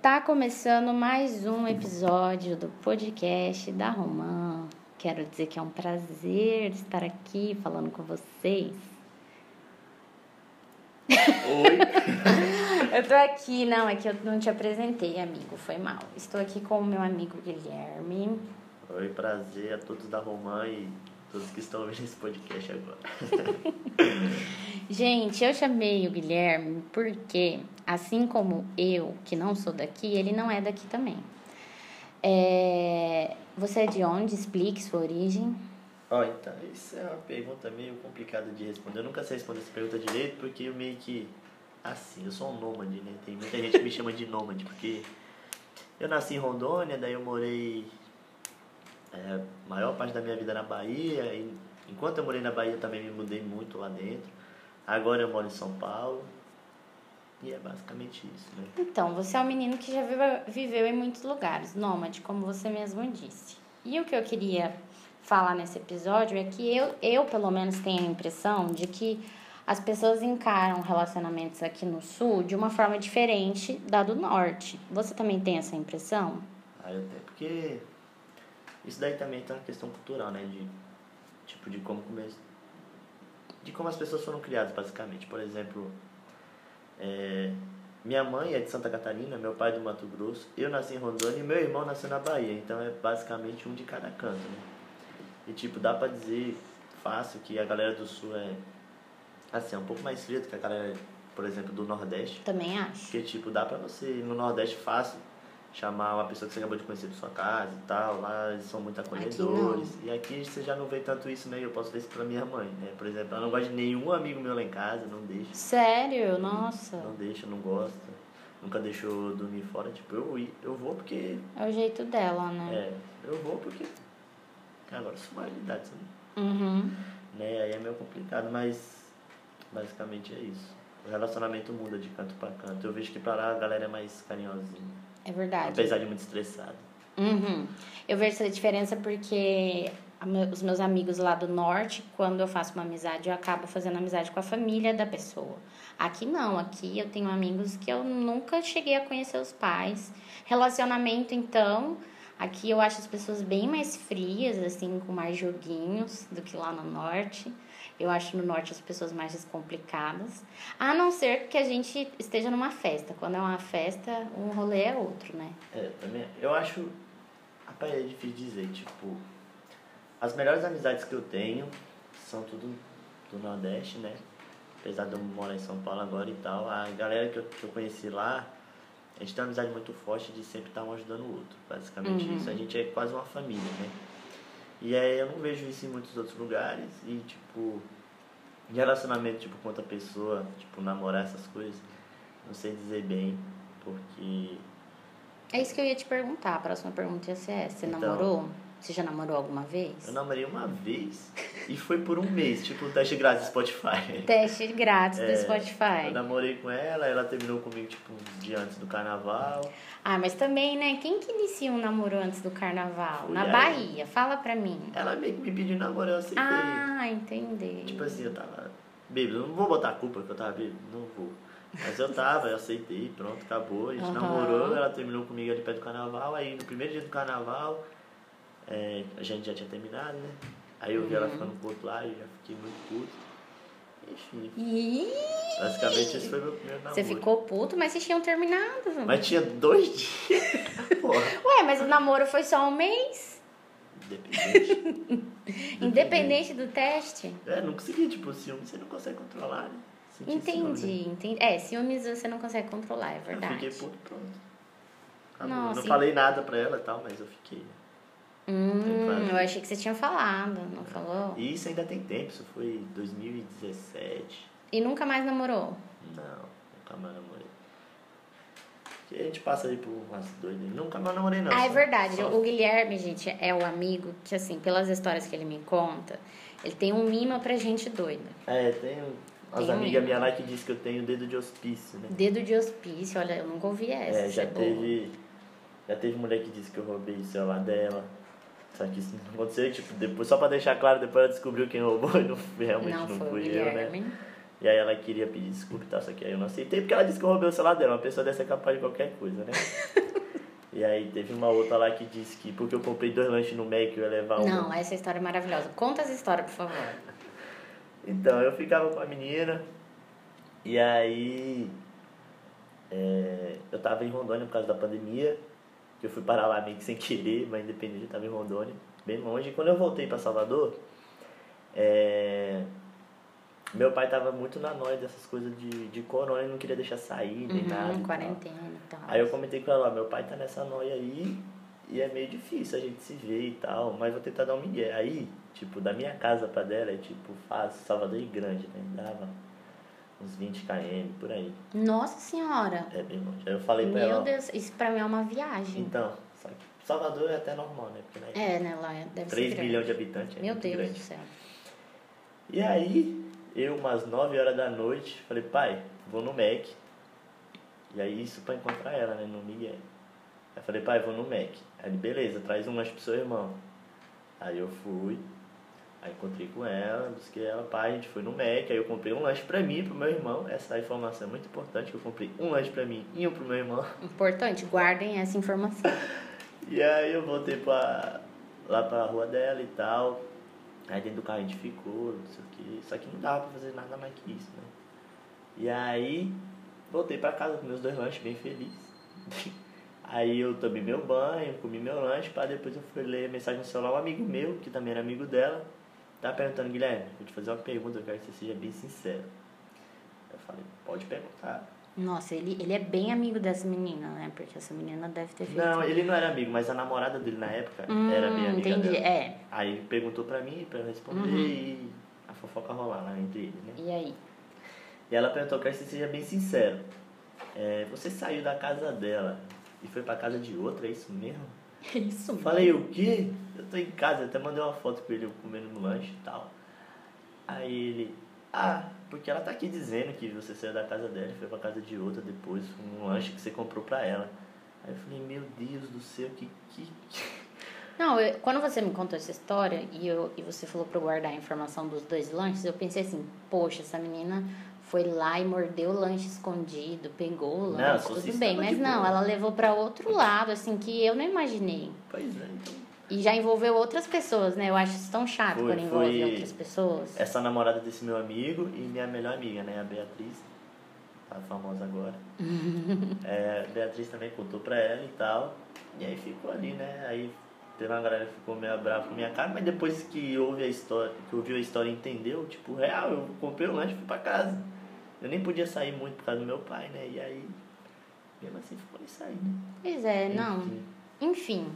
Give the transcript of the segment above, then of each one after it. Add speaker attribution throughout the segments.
Speaker 1: Tá começando mais um episódio do podcast da Romã. Quero dizer que é um prazer estar aqui falando com vocês.
Speaker 2: Oi.
Speaker 1: Eu tô aqui, não, é que eu não te apresentei, amigo, foi mal. Estou aqui com o meu amigo Guilherme.
Speaker 2: Oi, um prazer a todos da Romã e todos que estão ouvindo esse podcast agora.
Speaker 1: Gente, eu chamei o Guilherme porque, assim como eu, que não sou daqui, ele não é daqui também. É, Você é de onde? Explique sua origem.
Speaker 2: Ó, então, isso é uma pergunta meio complicada de responder. Eu nunca sei responder essa pergunta direito porque eu meio que. Assim, eu sou um nômade, né? Tem muita gente que me chama de nômade porque eu nasci em Rondônia, daí eu morei. É, a maior parte da minha vida na Bahia. E enquanto eu morei na Bahia também me mudei muito lá dentro. Agora eu moro em São Paulo. E é basicamente isso, né?
Speaker 1: Então, você é um menino que já viva- viveu em muitos lugares, nômade, como você mesmo disse. E o que eu queria falar nesse episódio é que eu, eu pelo menos, tenho a impressão de que as pessoas encaram relacionamentos aqui no sul de uma forma diferente da do norte. Você também tem essa impressão?
Speaker 2: Aí até porque isso daí também tem uma questão cultural, né? De tipo de como começo. De como as pessoas foram criadas, basicamente. Por exemplo, é, minha mãe é de Santa Catarina, meu pai é do Mato Grosso, eu nasci em Rondônia e meu irmão nasceu na Bahia. Então é basicamente um de cada canto, né? E tipo, dá pra dizer fácil que a galera do sul é assim, é um pouco mais fria do que a galera, por exemplo, do Nordeste.
Speaker 1: Também acho.
Speaker 2: Porque, tipo, dá pra você ir no Nordeste fácil chamar uma pessoa que você acabou de conhecer pra sua casa e tal. Lá eles são muito acolhedores. e aqui você já não vê tanto isso, né? Eu posso ver isso pra minha mãe, né? Por exemplo, ela não gosta de nenhum amigo meu lá em casa, não deixa.
Speaker 1: Sério? Nossa.
Speaker 2: Não deixa, não gosta. Nunca deixou eu dormir fora. Tipo, eu, i- eu vou porque.
Speaker 1: É o jeito dela, né?
Speaker 2: É, eu vou porque. Agora, isso é uma realidade, sabe?
Speaker 1: Uhum.
Speaker 2: né? Aí é meio complicado, mas basicamente é isso. O relacionamento muda de canto pra canto. Eu vejo que pra lá a galera é mais carinhosinha.
Speaker 1: É verdade.
Speaker 2: Apesar de muito estressado.
Speaker 1: Uhum. Eu vejo essa diferença porque a me- os meus amigos lá do norte, quando eu faço uma amizade, eu acabo fazendo amizade com a família da pessoa. Aqui não, aqui eu tenho amigos que eu nunca cheguei a conhecer os pais. Relacionamento, então, aqui eu acho as pessoas bem mais frias, assim, com mais joguinhos do que lá no norte. Eu acho no norte as pessoas mais descomplicadas. A não ser que a gente esteja numa festa. Quando é uma festa, um rolê é outro, né?
Speaker 2: É, também. Eu acho. Rapaz, é difícil dizer. Tipo, as melhores amizades que eu tenho são tudo do Nordeste, né? Apesar de eu morar em São Paulo agora e tal. A galera que eu, que eu conheci lá, a gente tem uma amizade muito forte de sempre estar um ajudando o outro. Basicamente isso. A gente é quase uma família, né? E aí eu não vejo isso em muitos outros lugares. E, tipo, de relacionamento, tipo, com outra pessoa, tipo, namorar essas coisas, não sei dizer bem, porque
Speaker 1: É isso que eu ia te perguntar. A próxima pergunta ia ser essa. Você
Speaker 2: Então.
Speaker 1: namorou? Você já namorou alguma vez?
Speaker 2: Eu namorei uma vez e foi por um mês, tipo um teste grátis do Spotify.
Speaker 1: Teste grátis
Speaker 2: É,
Speaker 1: do Spotify.
Speaker 2: Eu namorei com ela, ela terminou comigo tipo um dia antes do carnaval.
Speaker 1: Ah, mas também, né? Quem que inicia um namoro antes do carnaval?
Speaker 2: Fui
Speaker 1: Na
Speaker 2: aí.
Speaker 1: Bahia. Fala pra mim.
Speaker 2: Ela meio que me pediu namoro, eu aceitei.
Speaker 1: Ah, entendi.
Speaker 2: Tipo assim, eu tava bêbado, eu não vou botar a culpa que eu tava bêbado, não vou. Mas eu tava, eu aceitei, pronto, acabou. A gente
Speaker 1: Aham.
Speaker 2: namorou, ela terminou comigo ali perto do carnaval. Aí no primeiro dia do carnaval, é, a gente já tinha terminado, né? Aí eu vi
Speaker 1: Uhum.
Speaker 2: ela ficando com outro lá e já fiquei muito puto. Enfim,
Speaker 1: Ih,
Speaker 2: basicamente esse foi meu primeiro namoro.
Speaker 1: você ficou puto, mas vocês tinham terminado.
Speaker 2: Mas tinha dois dias. Porra.
Speaker 1: Ué, mas o namoro foi só um mês?
Speaker 2: Independente.
Speaker 1: Independente do teste?
Speaker 2: É, não conseguia, tipo, ciúme você não consegue controlar, né? Sentir ciúme, né?
Speaker 1: Entendi, entendi. É, ciúmes você não consegue controlar, é
Speaker 2: Eu
Speaker 1: verdade.
Speaker 2: fiquei puto, pronto. Acabou.
Speaker 1: Nossa,
Speaker 2: não
Speaker 1: e-
Speaker 2: falei nada pra ela e tal, mas eu fiquei.
Speaker 1: Hum,
Speaker 2: Tem
Speaker 1: eu achei que você tinha falado, não falou?
Speaker 2: E isso ainda tem tempo, isso foi 2017.
Speaker 1: E nunca mais namorou?
Speaker 2: Não, nunca mais namorei. Porque a gente passa aí por umas dois né? Nunca mais namorei, não.
Speaker 1: Ah, é
Speaker 2: só-
Speaker 1: verdade.
Speaker 2: só-
Speaker 1: O Guilherme, gente, é o amigo que, assim, pelas histórias que ele me conta, ele tem um imã pra gente doida.
Speaker 2: É, tem um- umas
Speaker 1: Tem um
Speaker 2: amigas
Speaker 1: ímã.
Speaker 2: minhas lá que dizem que eu tenho dedo de hospício, né?
Speaker 1: Dedo de hospício, olha, eu nunca ouvi essa.
Speaker 2: É,
Speaker 1: isso
Speaker 2: já
Speaker 1: é boa.
Speaker 2: teve. Já teve mulher que disse que eu roubei o celular dela. Só que isso não aconteceu, tipo, depois, só pra deixar claro, depois ela descobriu quem roubou e não, realmente
Speaker 1: Não,
Speaker 2: não,
Speaker 1: foi o
Speaker 2: fui eu, né?
Speaker 1: Guilherme.
Speaker 2: E aí ela queria pedir desculpa e tal, só que aí eu não aceitei, porque ela disse que eu roubei o celular dela. Uma pessoa dessa é capaz de qualquer coisa, né? e aí teve uma outra lá que disse que porque eu comprei dois lanches no Mac, eu ia levar um.
Speaker 1: Não, essa história é maravilhosa. Conta essa história, por favor.
Speaker 2: Então, eu ficava com a menina e aí é, eu tava em Rondônia por causa da pandemia, que eu fui parar lá meio que sem querer, mas independente, eu tava em Rondônia, bem longe. E quando eu voltei para Salvador, é, meu pai tava muito na noia dessas coisas de, de corona, ele não queria deixar sair nem
Speaker 1: Uhum,
Speaker 2: nada. e tal.
Speaker 1: quarentena e tal.
Speaker 2: Aí eu comentei com ela, ó, meu pai tá nessa noia aí e é meio difícil a gente se ver e tal, mas vou tentar dar um migué. Aí, tipo, da minha casa pra dela é tipo, fácil, Salvador e grande, né? Dava uns 20 km por aí.
Speaker 1: Nossa senhora.
Speaker 2: É bem longe. Aí eu falei pra ela,
Speaker 1: Meu
Speaker 2: ó,
Speaker 1: Deus, isso pra mim é uma viagem.
Speaker 2: então, só que Salvador é até normal, né? Porque né,
Speaker 1: É, né, lá é- deve
Speaker 2: 3
Speaker 1: ser grande.
Speaker 2: milhões de habitantes, é
Speaker 1: Meu
Speaker 2: muito
Speaker 1: Deus
Speaker 2: grande.
Speaker 1: do céu.
Speaker 2: E aí, eu, umas 9 horas da noite, falei, pai, vou no Mac. E aí, isso pra encontrar ela, né, no Miguel. Aí eu falei, pai, vou no Mac. Aí ele, beleza, traz um lanche pro seu irmão. Aí eu fui, aí encontrei com ela, busquei ela, pai, a gente foi no Mac. Aí eu comprei um lanche pra mim e pro meu irmão. Essa informação é muito importante, que eu comprei um lanche pra mim e um pro meu irmão.
Speaker 1: Importante, guardem essa informação.
Speaker 2: E aí eu voltei pra, lá pra rua dela e tal. Aí dentro do carro a gente ficou, não sei o que. Só que não dava pra fazer nada mais que isso, né? E aí voltei pra casa com meus dois lanches bem feliz. Aí eu tomei meu banho, comi meu lanche, pá, depois eu fui ler mensagem no celular, um amigo meu, que também era amigo dela, tá perguntando, Guilherme, vou te fazer uma pergunta, eu quero que você seja bem sincero. Eu falei, pode perguntar.
Speaker 1: Nossa, ele, ele é bem amigo dessa menina, né? Porque essa menina deve ter feito.
Speaker 2: Não, ele não era amigo, mas a namorada dele na época
Speaker 1: Hum,
Speaker 2: era minha amiga
Speaker 1: Entendi,
Speaker 2: dela.
Speaker 1: é.
Speaker 2: Aí ele perguntou pra mim, pra eu responder
Speaker 1: Uhum.
Speaker 2: e a fofoca rolar lá entre eles, né?
Speaker 1: E aí?
Speaker 2: E ela perguntou, quero que você seja bem sincero. É, você saiu da casa dela e foi pra casa de outra, é isso mesmo?
Speaker 1: É Isso,
Speaker 2: Eu falei, o quê? Eu tô em casa, até mandei uma foto pra ele eu comendo um lanche e tal. Aí ele, ah, porque ela tá aqui dizendo que você saiu da casa dela e foi pra casa de outra depois, um lanche que você comprou pra ela. Aí eu falei, meu Deus do céu, que. que... que-"
Speaker 1: Não, eu- quando você me contou essa história e, eu, e você falou pra eu guardar a informação dos dois lanches, eu pensei assim, poxa, essa menina foi lá e mordeu o lanche escondido, pegou o
Speaker 2: Não,
Speaker 1: lanche,
Speaker 2: sou
Speaker 1: tudo
Speaker 2: sistema
Speaker 1: bem.
Speaker 2: de
Speaker 1: Mas não,
Speaker 2: boa.
Speaker 1: ela levou pra outro lado, assim, que eu não imaginei.
Speaker 2: Pois é, então.
Speaker 1: E já envolveu outras pessoas, né? Eu acho isso tão chato
Speaker 2: Foi, É.
Speaker 1: quando envolve
Speaker 2: foi-
Speaker 1: outras pessoas.
Speaker 2: Essa namorada desse meu amigo e minha melhor amiga, né? A Beatriz. Tá famosa agora. É, a Beatriz também contou pra ela e tal. E aí ficou ali, né? Aí teve uma galera que ficou meio brava com a minha cara, mas depois que ouve a história, que ouviu a história e entendeu, tipo, real, eu comprei o lanche e fui pra casa. Eu nem podia sair muito por causa do meu pai, né? E aí, mesmo assim ficou nisso aí, né?
Speaker 1: Pois é, não.
Speaker 2: Enfim,
Speaker 1: Enfim,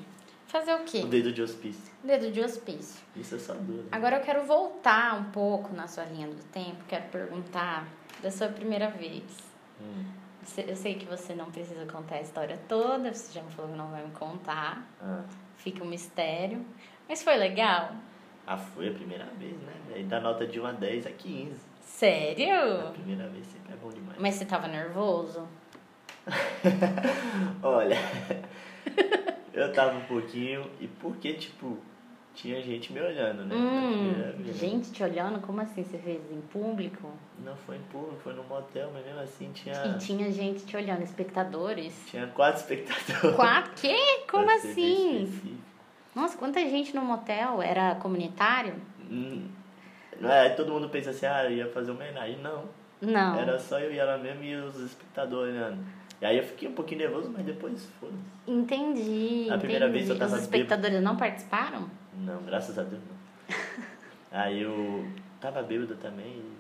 Speaker 1: fazer o
Speaker 2: O
Speaker 1: quê?
Speaker 2: dedo de hospício.
Speaker 1: Dedo de hospício.
Speaker 2: Isso é só dor. né?
Speaker 1: Agora eu quero voltar um pouco na sua linha do tempo, quero perguntar da sua primeira vez.
Speaker 2: Hum.
Speaker 1: Você- Eu sei que você não precisa contar a história toda, você já me falou que não vai me contar,
Speaker 2: Ah.
Speaker 1: fica um mistério. Mas foi legal?
Speaker 2: Ah, foi a primeira vez, né? E da nota de 1 a 10 a 15. A
Speaker 1: Sério?
Speaker 2: primeira vez sempre é bom demais.
Speaker 1: Mas você tava nervoso?
Speaker 2: Olha, eu tava um pouquinho e porque, tipo, tinha gente me olhando, né? Na primeira
Speaker 1: Hum,
Speaker 2: vez.
Speaker 1: gente te olhando, como assim? Você fez em público?
Speaker 2: Não foi em público, foi num motel, mas mesmo assim
Speaker 1: E
Speaker 2: tinha,
Speaker 1: tinha gente te olhando, espectadores?
Speaker 2: tinha quatro espectadores.
Speaker 1: Quatro? Quê? Como
Speaker 2: Pra ser bem
Speaker 1: assim?
Speaker 2: específico.
Speaker 1: Nossa, quanta gente no motel? Era comunitário?
Speaker 2: Hum. Não é, todo mundo pensa assim, ah, eu ia fazer homenagem. Não,
Speaker 1: Não.
Speaker 2: era só eu e ela mesmo e os espectadores olhando. E aí eu fiquei um pouquinho nervoso, mas depois foda-se.
Speaker 1: Entendi.
Speaker 2: A primeira
Speaker 1: entendi.
Speaker 2: vez eu tava
Speaker 1: Os espectadores não participaram?
Speaker 2: Não, graças a Deus não. Aí eu tava bêbado também e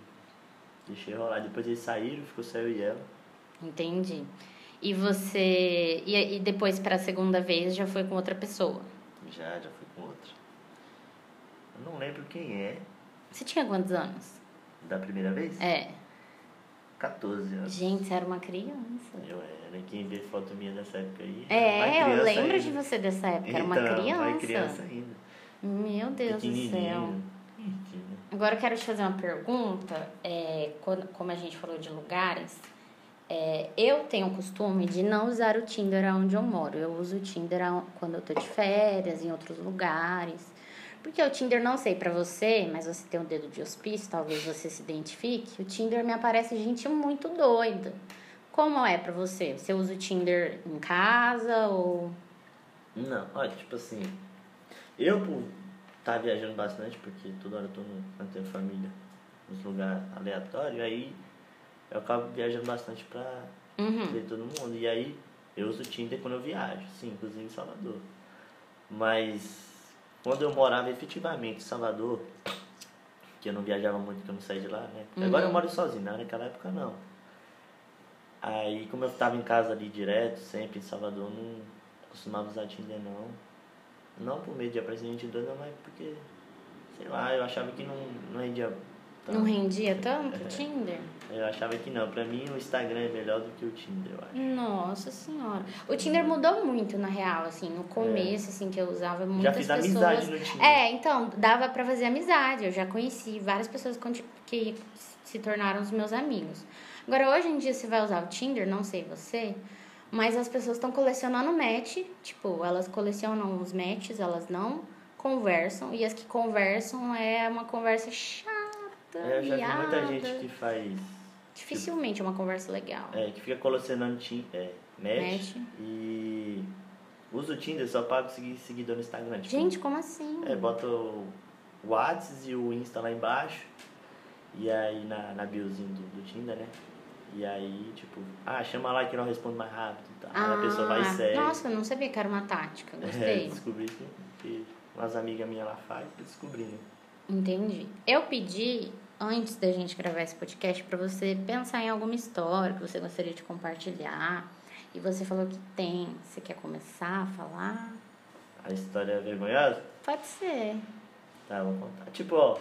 Speaker 2: deixei rolar. Depois eles saíram, ficou só eu e ela.
Speaker 1: Entendi. E você. E, e depois, pra segunda vez, já foi com outra pessoa?
Speaker 2: Já, já fui com outra. Eu não lembro quem é
Speaker 1: Você tinha quantos anos?
Speaker 2: da primeira vez?
Speaker 1: É.
Speaker 2: 14 anos.
Speaker 1: Gente, você era uma criança.
Speaker 2: Eu era quem vê foto minha dessa época aí. era
Speaker 1: É,
Speaker 2: uma
Speaker 1: eu
Speaker 2: criança
Speaker 1: lembro
Speaker 2: ainda.
Speaker 1: de você dessa época. Era uma
Speaker 2: Então,
Speaker 1: criança.
Speaker 2: Uma criança ainda.
Speaker 1: Meu Deus do céu.
Speaker 2: Pequenininho. Pequenininho.
Speaker 1: Agora eu quero te fazer uma pergunta. É, quando- como a gente falou de lugares, é, eu tenho o costume de não usar o Tinder onde eu moro. Eu uso o Tinder a- quando eu tô de férias, em outros lugares. Porque o Tinder não sei pra você, mas você tem um dedo de hospício, talvez você se identifique. O Tinder me aparece gente muito doida. Como é pra você? Você usa o Tinder em casa ou
Speaker 2: Não, olha, tipo assim, eu por tá viajando bastante, porque toda hora eu tô no, eu tenho família nos lugares aleatórios, aí eu acabo viajando bastante pra ver todo mundo. E aí eu uso o Tinder quando eu viajo, sim, inclusive em Salvador. Mas quando eu morava efetivamente em Salvador, que eu não viajava muito, que eu não saía de lá, né? Agora eu moro sozinho, né? naquela época não. Aí como eu tava em casa ali direto, sempre em Salvador, não costumava usar Tinder não. Não por medo de aparecer gente doida, mas porque, sei lá, eu achava que não, não rendia tanto.
Speaker 1: não rendia tanto
Speaker 2: Tá. É.
Speaker 1: o Tinder?
Speaker 2: Eu achava que não. Pra mim, o Instagram é melhor do que o Tinder, eu acho.
Speaker 1: Nossa senhora. O Tinder mudou muito, na real, assim. No começo, assim, que eu usava muitas
Speaker 2: É. Já fiz
Speaker 1: pessoas.
Speaker 2: amizade no Tinder.
Speaker 1: É, então, dava pra fazer amizade. Eu já conheci várias pessoas com- que se tornaram os meus amigos. Agora, hoje em dia, você vai usar o Tinder, não sei você, mas as pessoas estão colecionando match. Tipo, elas colecionam os matches, elas não conversam. E as que conversam é uma conversa chata.
Speaker 2: É, eu já vi muita
Speaker 1: miada.
Speaker 2: gente que faz.
Speaker 1: Dificilmente é uma conversa legal.
Speaker 2: É, que fica colecionando ti- é,
Speaker 1: Match.
Speaker 2: match, e usa o Tinder só pra conseguir seguidor no Instagram. tipo,
Speaker 1: Gente, como assim?
Speaker 2: É, bota o Whats e o Insta lá embaixo. E aí na, na biozinha do, do Tinder, né? E aí, tipo, ah, chama lá que não responde mais rápido e tal. aí a pessoa vai e segue.
Speaker 1: Ah, Nossa, eu não sabia que era uma tática.
Speaker 2: é,
Speaker 1: Gostei.
Speaker 2: descobri que, que umas amigas minhas lá fazem, tô descobrindo.
Speaker 1: Entendi. Eu pedi, antes da gente gravar esse podcast, pra você pensar em alguma história que você gostaria de compartilhar. E você falou que tem. Você quer começar a falar?
Speaker 2: A história é vergonhosa?
Speaker 1: Pode ser.
Speaker 2: Tá, vou contar. Tipo, ó,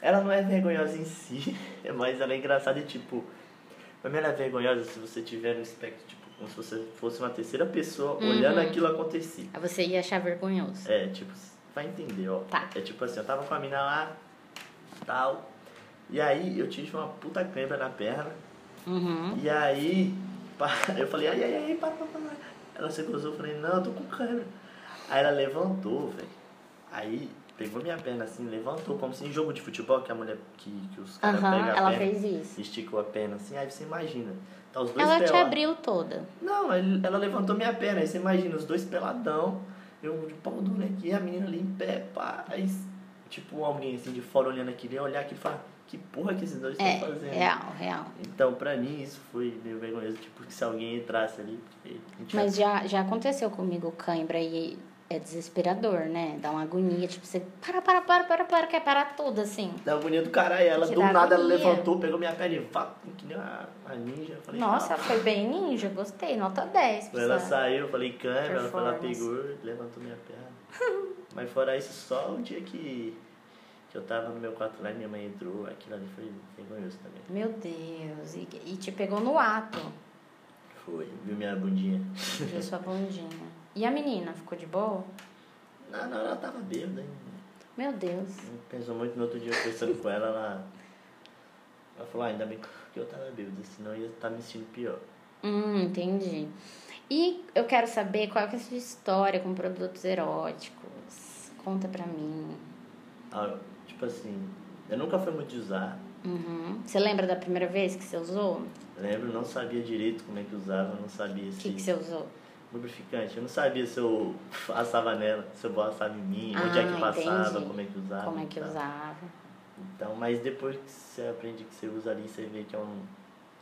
Speaker 2: ela não é vergonhosa em si, mas ela é engraçada e tipo. Pra mim ela é vergonhosa se você tiver no espectro, tipo, como se você fosse uma terceira pessoa olhando aquilo acontecer.
Speaker 1: Aí Você ia achar vergonhoso.
Speaker 2: É, tipo, vai entender, ó.
Speaker 1: Tá.
Speaker 2: É tipo assim, eu tava com a mina lá, tal. E aí eu tive uma puta cãibra na perna.
Speaker 1: Uhum.
Speaker 2: E aí, pá, eu falei, ai, ai, ai, pá, pá, pá. Ela se cruzou, eu falei, não, eu tô com câmera. Aí ela levantou, velho. Aí pegou minha perna assim, levantou, como se em jogo de futebol, que a mulher, que, que os caras
Speaker 1: Aham,
Speaker 2: pegam a
Speaker 1: ela
Speaker 2: perna,
Speaker 1: fez isso.
Speaker 2: esticou a perna assim, aí você imagina. Tá os dois
Speaker 1: Ela te
Speaker 2: pelados.
Speaker 1: abriu toda.
Speaker 2: Não, ele- ela levantou minha perna, aí você imagina, os dois peladão, eu de pau duro aqui, a menina ali em pé, pá. Aí, tipo, alguém assim de fora olhando aquilo, ia olhar aqui e falar, que porra que esses dois estão
Speaker 1: É,
Speaker 2: fazendo?
Speaker 1: real, real.
Speaker 2: Então, pra mim, isso foi meio vergonhoso, tipo, que se alguém entrasse ali, porque a gente
Speaker 1: Mas já, já aconteceu comigo cãibra e é desesperador, né? Dá uma agonia, tipo, você para, para, para, para, para, quer parar tudo, assim.
Speaker 2: da agonia do caralho, ela
Speaker 1: Que
Speaker 2: do
Speaker 1: dá
Speaker 2: nada ela
Speaker 1: agonia.
Speaker 2: levantou, pegou minha perna e vá, que nem uma, uma ninja. Eu falei,
Speaker 1: Nossa,
Speaker 2: "Ah".
Speaker 1: foi bem ninja, gostei, nota 10.
Speaker 2: Quando ela
Speaker 1: pessoal.
Speaker 2: saiu, eu falei, câmera, ela foi lá,
Speaker 1: Performance.
Speaker 2: pegou, levantou minha perna. Mas fora isso, só o dia que, que eu tava no meu quarto lá e minha mãe entrou, aquilo ali foi vergonhoso também.
Speaker 1: Meu Deus, e, e te pegou no ato,
Speaker 2: Foi, viu minha bundinha?
Speaker 1: viu sua bundinha. E a menina, ficou de boa?
Speaker 2: Não, não, ela tava bêbada, hein?
Speaker 1: Meu Deus.
Speaker 2: Não pensou muito no outro dia eu conversando com ela, ela. Ela falou, ah, ainda bem que eu tava bêbada, senão eu ia estar me sentindo pior.
Speaker 1: Hum, entendi. E eu quero saber qual que é a sua história com produtos eróticos. Conta pra mim.
Speaker 2: Ah, tipo assim, eu nunca fui muito de usar.
Speaker 1: Uhum. Você lembra da primeira vez que você usou?
Speaker 2: Lembro, não sabia direito como é que usava, não sabia
Speaker 1: O
Speaker 2: se.
Speaker 1: que, que você usou?
Speaker 2: Lubrificante, eu não sabia se eu passava nela, se eu passava em mim, onde é que
Speaker 1: Ah,
Speaker 2: passava,
Speaker 1: entendi.
Speaker 2: como é que usava.
Speaker 1: Como é que
Speaker 2: e tal.
Speaker 1: usava?
Speaker 2: Então, mas depois que você aprende que você usa ali, você vê que é um.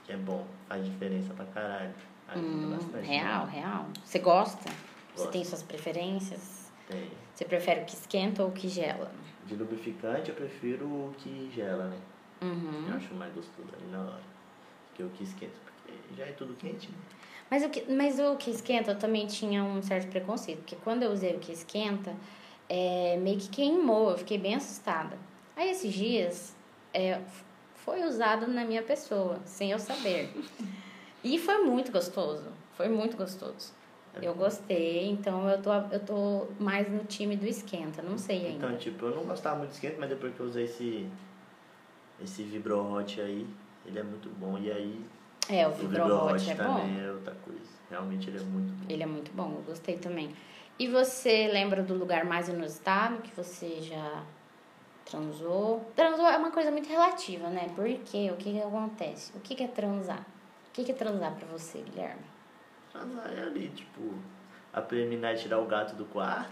Speaker 2: que é bom, faz diferença pra caralho. Ajuda
Speaker 1: Hum,
Speaker 2: bastante. né?
Speaker 1: real, real. Você gosta? Você
Speaker 2: Gosto.
Speaker 1: tem suas preferências?
Speaker 2: Tem.
Speaker 1: Você prefere o que esquenta ou o que gela?
Speaker 2: De lubrificante eu prefiro o que gela, né?
Speaker 1: Uhum.
Speaker 2: Eu acho mais gostoso ali na hora. Que o que esquenta, porque já é tudo quente, né?
Speaker 1: Mas o, que, mas o que esquenta eu também tinha um certo preconceito, porque quando eu usei o que esquenta, é, meio que queimou, eu fiquei bem assustada. Aí esses dias é, f- foi usado na minha pessoa, sem eu saber. E foi muito gostoso, foi muito gostoso. Eu
Speaker 2: É.
Speaker 1: gostei, então eu tô, eu tô mais no time do esquenta, não sei ainda.
Speaker 2: Então, tipo, eu não gostava muito de esquenta, mas depois que eu usei esse. Esse vibrorote aí, ele é muito bom. E aí,
Speaker 1: é, o
Speaker 2: o
Speaker 1: vibrorote
Speaker 2: vibrorote
Speaker 1: é bom.
Speaker 2: também é outra coisa. Realmente ele é muito bom.
Speaker 1: Ele é muito bom, eu gostei também. E você lembra do lugar mais inusitado que você já transou? Transou é uma coisa muito relativa, né? Por quê? O que, que acontece? O que, que é transar? O que, que é transar pra você, Guilherme?
Speaker 2: Transar é ali, tipo, a preliminar é tirar o gato do quarto.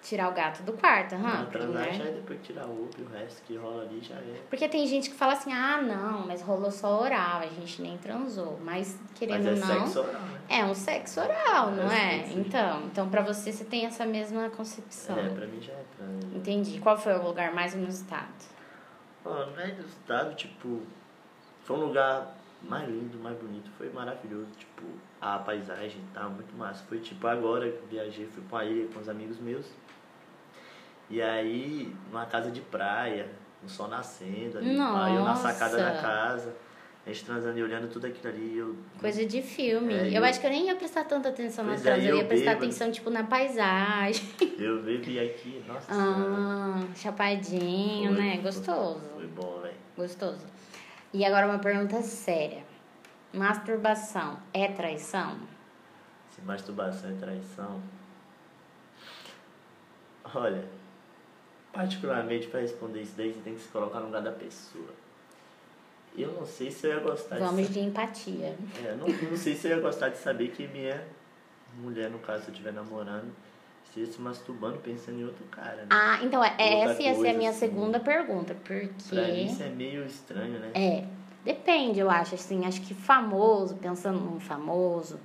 Speaker 1: Tirar o gato do quarto, aham.
Speaker 2: a transar
Speaker 1: primeiro.
Speaker 2: já é depois tirar o outro, e o resto que rola ali já é.
Speaker 1: Porque tem gente que fala assim, ah, não, mas rolou só oral, a gente nem transou. Mas,
Speaker 2: Mas
Speaker 1: querendo
Speaker 2: é
Speaker 1: ou não,
Speaker 2: sexo oral, né?
Speaker 1: é um sexo oral, não
Speaker 2: É,
Speaker 1: é?
Speaker 2: sim, sim.
Speaker 1: Então, então pra você, você tem essa mesma concepção.
Speaker 2: É, pra mim já é trans.
Speaker 1: Entendi. Qual foi o lugar mais inusitado?
Speaker 2: Ó, não é inusitado, tipo, foi um lugar mais lindo, mais bonito, foi maravilhoso, tipo, a paisagem tá muito massa. Foi tipo agora que eu viajei, fui pra uma ilha com os amigos meus. E aí, numa casa de praia, o sol nascendo ali, pá, eu na sacada
Speaker 1: Nossa!
Speaker 2: da casa, a gente transando e olhando tudo aquilo ali, eu.
Speaker 1: Coisa de filme.
Speaker 2: É,
Speaker 1: eu,
Speaker 2: eu-
Speaker 1: acho que eu nem ia prestar tanta atenção na
Speaker 2: Pois é,
Speaker 1: trans, eu
Speaker 2: eu
Speaker 1: ia prestar
Speaker 2: bêbado.
Speaker 1: atenção, tipo, na paisagem.
Speaker 2: Eu bebi aqui, nossa. senhora.
Speaker 1: Ah, chapadinho,
Speaker 2: Foi-
Speaker 1: né? Gostoso.
Speaker 2: Foi bom, velho.
Speaker 1: Gostoso. E agora uma pergunta séria. Masturbação é traição?
Speaker 2: Se masturbação é traição. Olha, particularmente pra responder isso daí, você tem que se colocar no lugar da pessoa. Eu não sei se eu ia gostar
Speaker 1: Vamos
Speaker 2: de
Speaker 1: de empatia.
Speaker 2: saber. É, não, não sei se eu ia gostar de saber que minha mulher, no caso, se eu estiver namorando, esteja se masturbando pensando em outro cara, né?
Speaker 1: Ah, então é, é
Speaker 2: Outra
Speaker 1: essa ia ser a
Speaker 2: coisa,
Speaker 1: minha
Speaker 2: assim.
Speaker 1: segunda pergunta,
Speaker 2: pra mim
Speaker 1: porque
Speaker 2: isso é meio estranho, né?
Speaker 1: é, depende, eu acho assim, acho que famoso, pensando num famoso,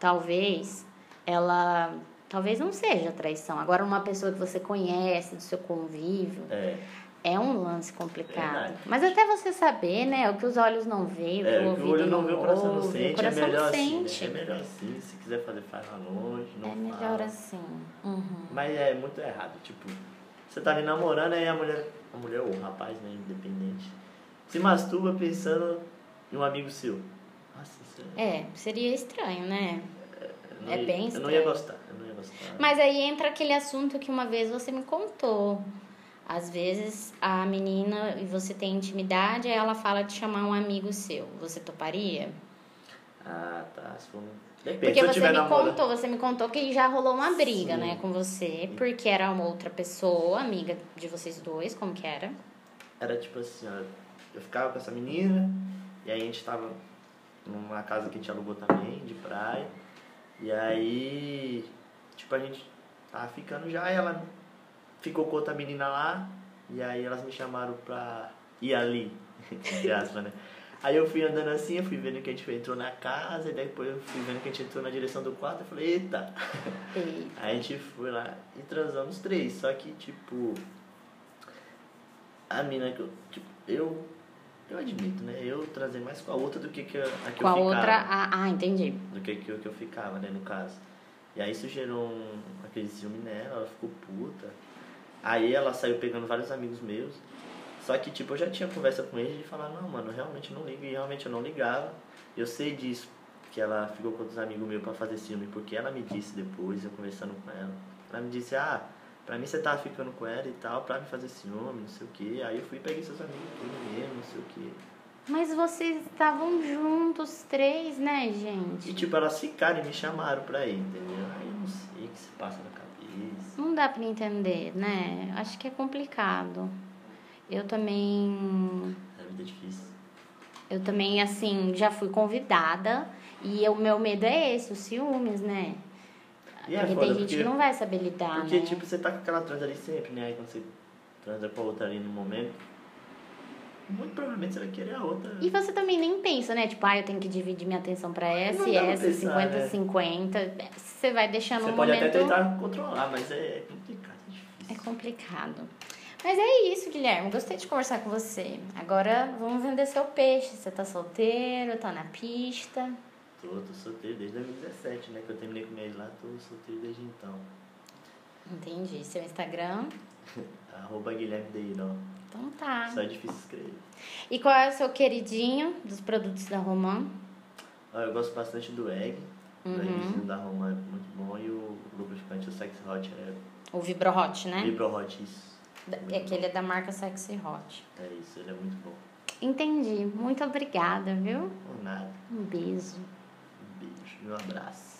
Speaker 1: talvez ela talvez não seja traição. Agora uma pessoa que você conhece, do seu convívio,
Speaker 2: É,
Speaker 1: é um lance complicado.
Speaker 2: Verdade.
Speaker 1: Mas até você saber, né, o que os olhos não veem, o que
Speaker 2: é,
Speaker 1: o
Speaker 2: o que o
Speaker 1: ouvido
Speaker 2: olho não vê, o coração não
Speaker 1: ouve, o
Speaker 2: sente,
Speaker 1: coração
Speaker 2: é
Speaker 1: não
Speaker 2: melhor
Speaker 1: sente.
Speaker 2: assim, né? É melhor assim, se quiser fazer, faz lá longe, não
Speaker 1: É melhor
Speaker 2: fala.
Speaker 1: assim. Uhum.
Speaker 2: Mas é muito errado, tipo, você tá ali namorando aí a mulher, a mulher ou o rapaz, né, independente, se masturba pensando em um amigo seu. Nossa, isso é,
Speaker 1: É, seria estranho, né?
Speaker 2: eu não
Speaker 1: é
Speaker 2: ia-
Speaker 1: bem
Speaker 2: Eu
Speaker 1: estranho.
Speaker 2: não ia gostar, eu não ia gostar.
Speaker 1: Mas aí entra aquele assunto que uma vez você me contou. Às vezes a menina e você tem intimidade, aí ela fala de chamar um amigo seu. Você toparia?
Speaker 2: Ah, tá, se for um... Depende,
Speaker 1: Porque
Speaker 2: se eu
Speaker 1: você
Speaker 2: tiver
Speaker 1: me
Speaker 2: namorando...
Speaker 1: contou, você me contou que já rolou uma briga,
Speaker 2: Sim.
Speaker 1: né, com você, porque era uma outra pessoa, amiga de vocês dois, como que era?
Speaker 2: Era tipo assim, ó, eu ficava com essa menina, e aí a gente tava numa casa que a gente alugou também, de praia. E aí, tipo, a gente tava ficando já, e ela ficou com outra menina lá, e aí elas me chamaram pra ir ali, entre aspas, né? Aí eu fui andando assim, eu fui vendo que a gente entrou na casa, e daí depois eu fui vendo que a gente entrou na direção do quarto, eu falei, eita!
Speaker 1: E
Speaker 2: Aí a gente foi lá e transamos três, só que tipo. A mina que eu. Tipo, eu. Eu admito, né? Eu transei mais com a outra do que, que a, a que
Speaker 1: com a
Speaker 2: eu ficava.
Speaker 1: outra, ah, ah, entendi.
Speaker 2: Do que, que, eu- que eu ficava, né, no caso. E aí isso gerou um, aquele ciúme nela, ela ficou puta. Aí ela saiu pegando vários amigos meus. Só que, tipo, eu já tinha conversa com ele e falar, não, mano, eu realmente não ligo. E realmente eu não ligava. Eu sei disso, que ela ficou com outros amigos meus pra fazer ciúme, porque ela me disse depois, eu conversando com ela. Ela me disse, ah, pra mim você tava ficando com ela e tal, pra me fazer ciúme, não sei o que. Aí eu fui e peguei seus amigos tudo mesmo, não sei o que.
Speaker 1: Mas vocês estavam juntos três, né, gente?
Speaker 2: E tipo, elas ficaram e me chamaram pra ir, entendeu? Aí eu não sei o que se passa na cabeça.
Speaker 1: Não dá pra entender, né? Acho que é complicado. Eu também,
Speaker 2: A vida é difícil.
Speaker 1: eu também assim, já fui convidada e o meu medo é esse, os ciúmes, né?
Speaker 2: E é
Speaker 1: porque
Speaker 2: foda,
Speaker 1: tem gente
Speaker 2: porque-
Speaker 1: que não vai saber lidar,
Speaker 2: Porque,
Speaker 1: né?
Speaker 2: tipo, você tá com aquela transa ali sempre, né? Aí quando você transa com a outra ali no momento, muito provavelmente você vai querer a outra.
Speaker 1: E você também nem pensa, né? Tipo, ah, eu tenho que dividir minha atenção pra essa
Speaker 2: Não
Speaker 1: e
Speaker 2: dá pra
Speaker 1: essa,
Speaker 2: pensar, né?
Speaker 1: 50-50. Você vai deixando
Speaker 2: Você
Speaker 1: um
Speaker 2: pode
Speaker 1: momento...
Speaker 2: até tentar controlar, mas é complicado, é difícil.
Speaker 1: É complicado. Mas é isso, Guilherme. Gostei de conversar com você. Agora vamos vender seu peixe. Você tá solteiro, tá na pista.
Speaker 2: Tô, tô solteiro desde 2017, né? Que eu terminei com minha ex lá, tô solteiro desde então.
Speaker 1: Entendi. Seu Instagram.
Speaker 2: Arroba Guilherme Deirão.
Speaker 1: Então tá.
Speaker 2: Só é difícil escrever.
Speaker 1: E qual é o seu queridinho dos produtos da Roman?
Speaker 2: Ó, Ah, eu gosto bastante do egg.
Speaker 1: Uhum.
Speaker 2: O eggzinho da Roma é muito bom. E o lubrificante, o Sex Hot, é
Speaker 1: O Vibro Hot, né?
Speaker 2: Vibro Hot, isso.
Speaker 1: Da-
Speaker 2: Muito
Speaker 1: É que ele é da marca Sexy Hot.
Speaker 2: bom. É isso, ele é muito bom.
Speaker 1: Entendi. Muito obrigada, viu?
Speaker 2: Por nada.
Speaker 1: Um beijo.
Speaker 2: Um beijo e um abraço.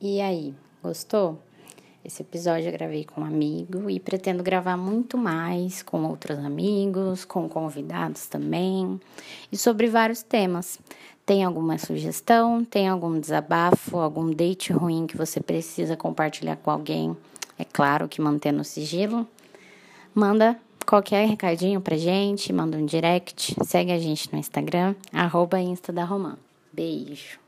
Speaker 1: E aí, gostou? Esse episódio eu gravei com um amigo e pretendo gravar muito mais com outros amigos, com convidados também e sobre vários temas. Tem alguma sugestão? Tem algum desabafo? Algum date ruim que você precisa compartilhar com alguém? É claro que mantendo o sigilo. Manda qualquer recadinho pra gente, manda um direct, segue a gente no Instagram, arroba Insta da Romã. Beijo!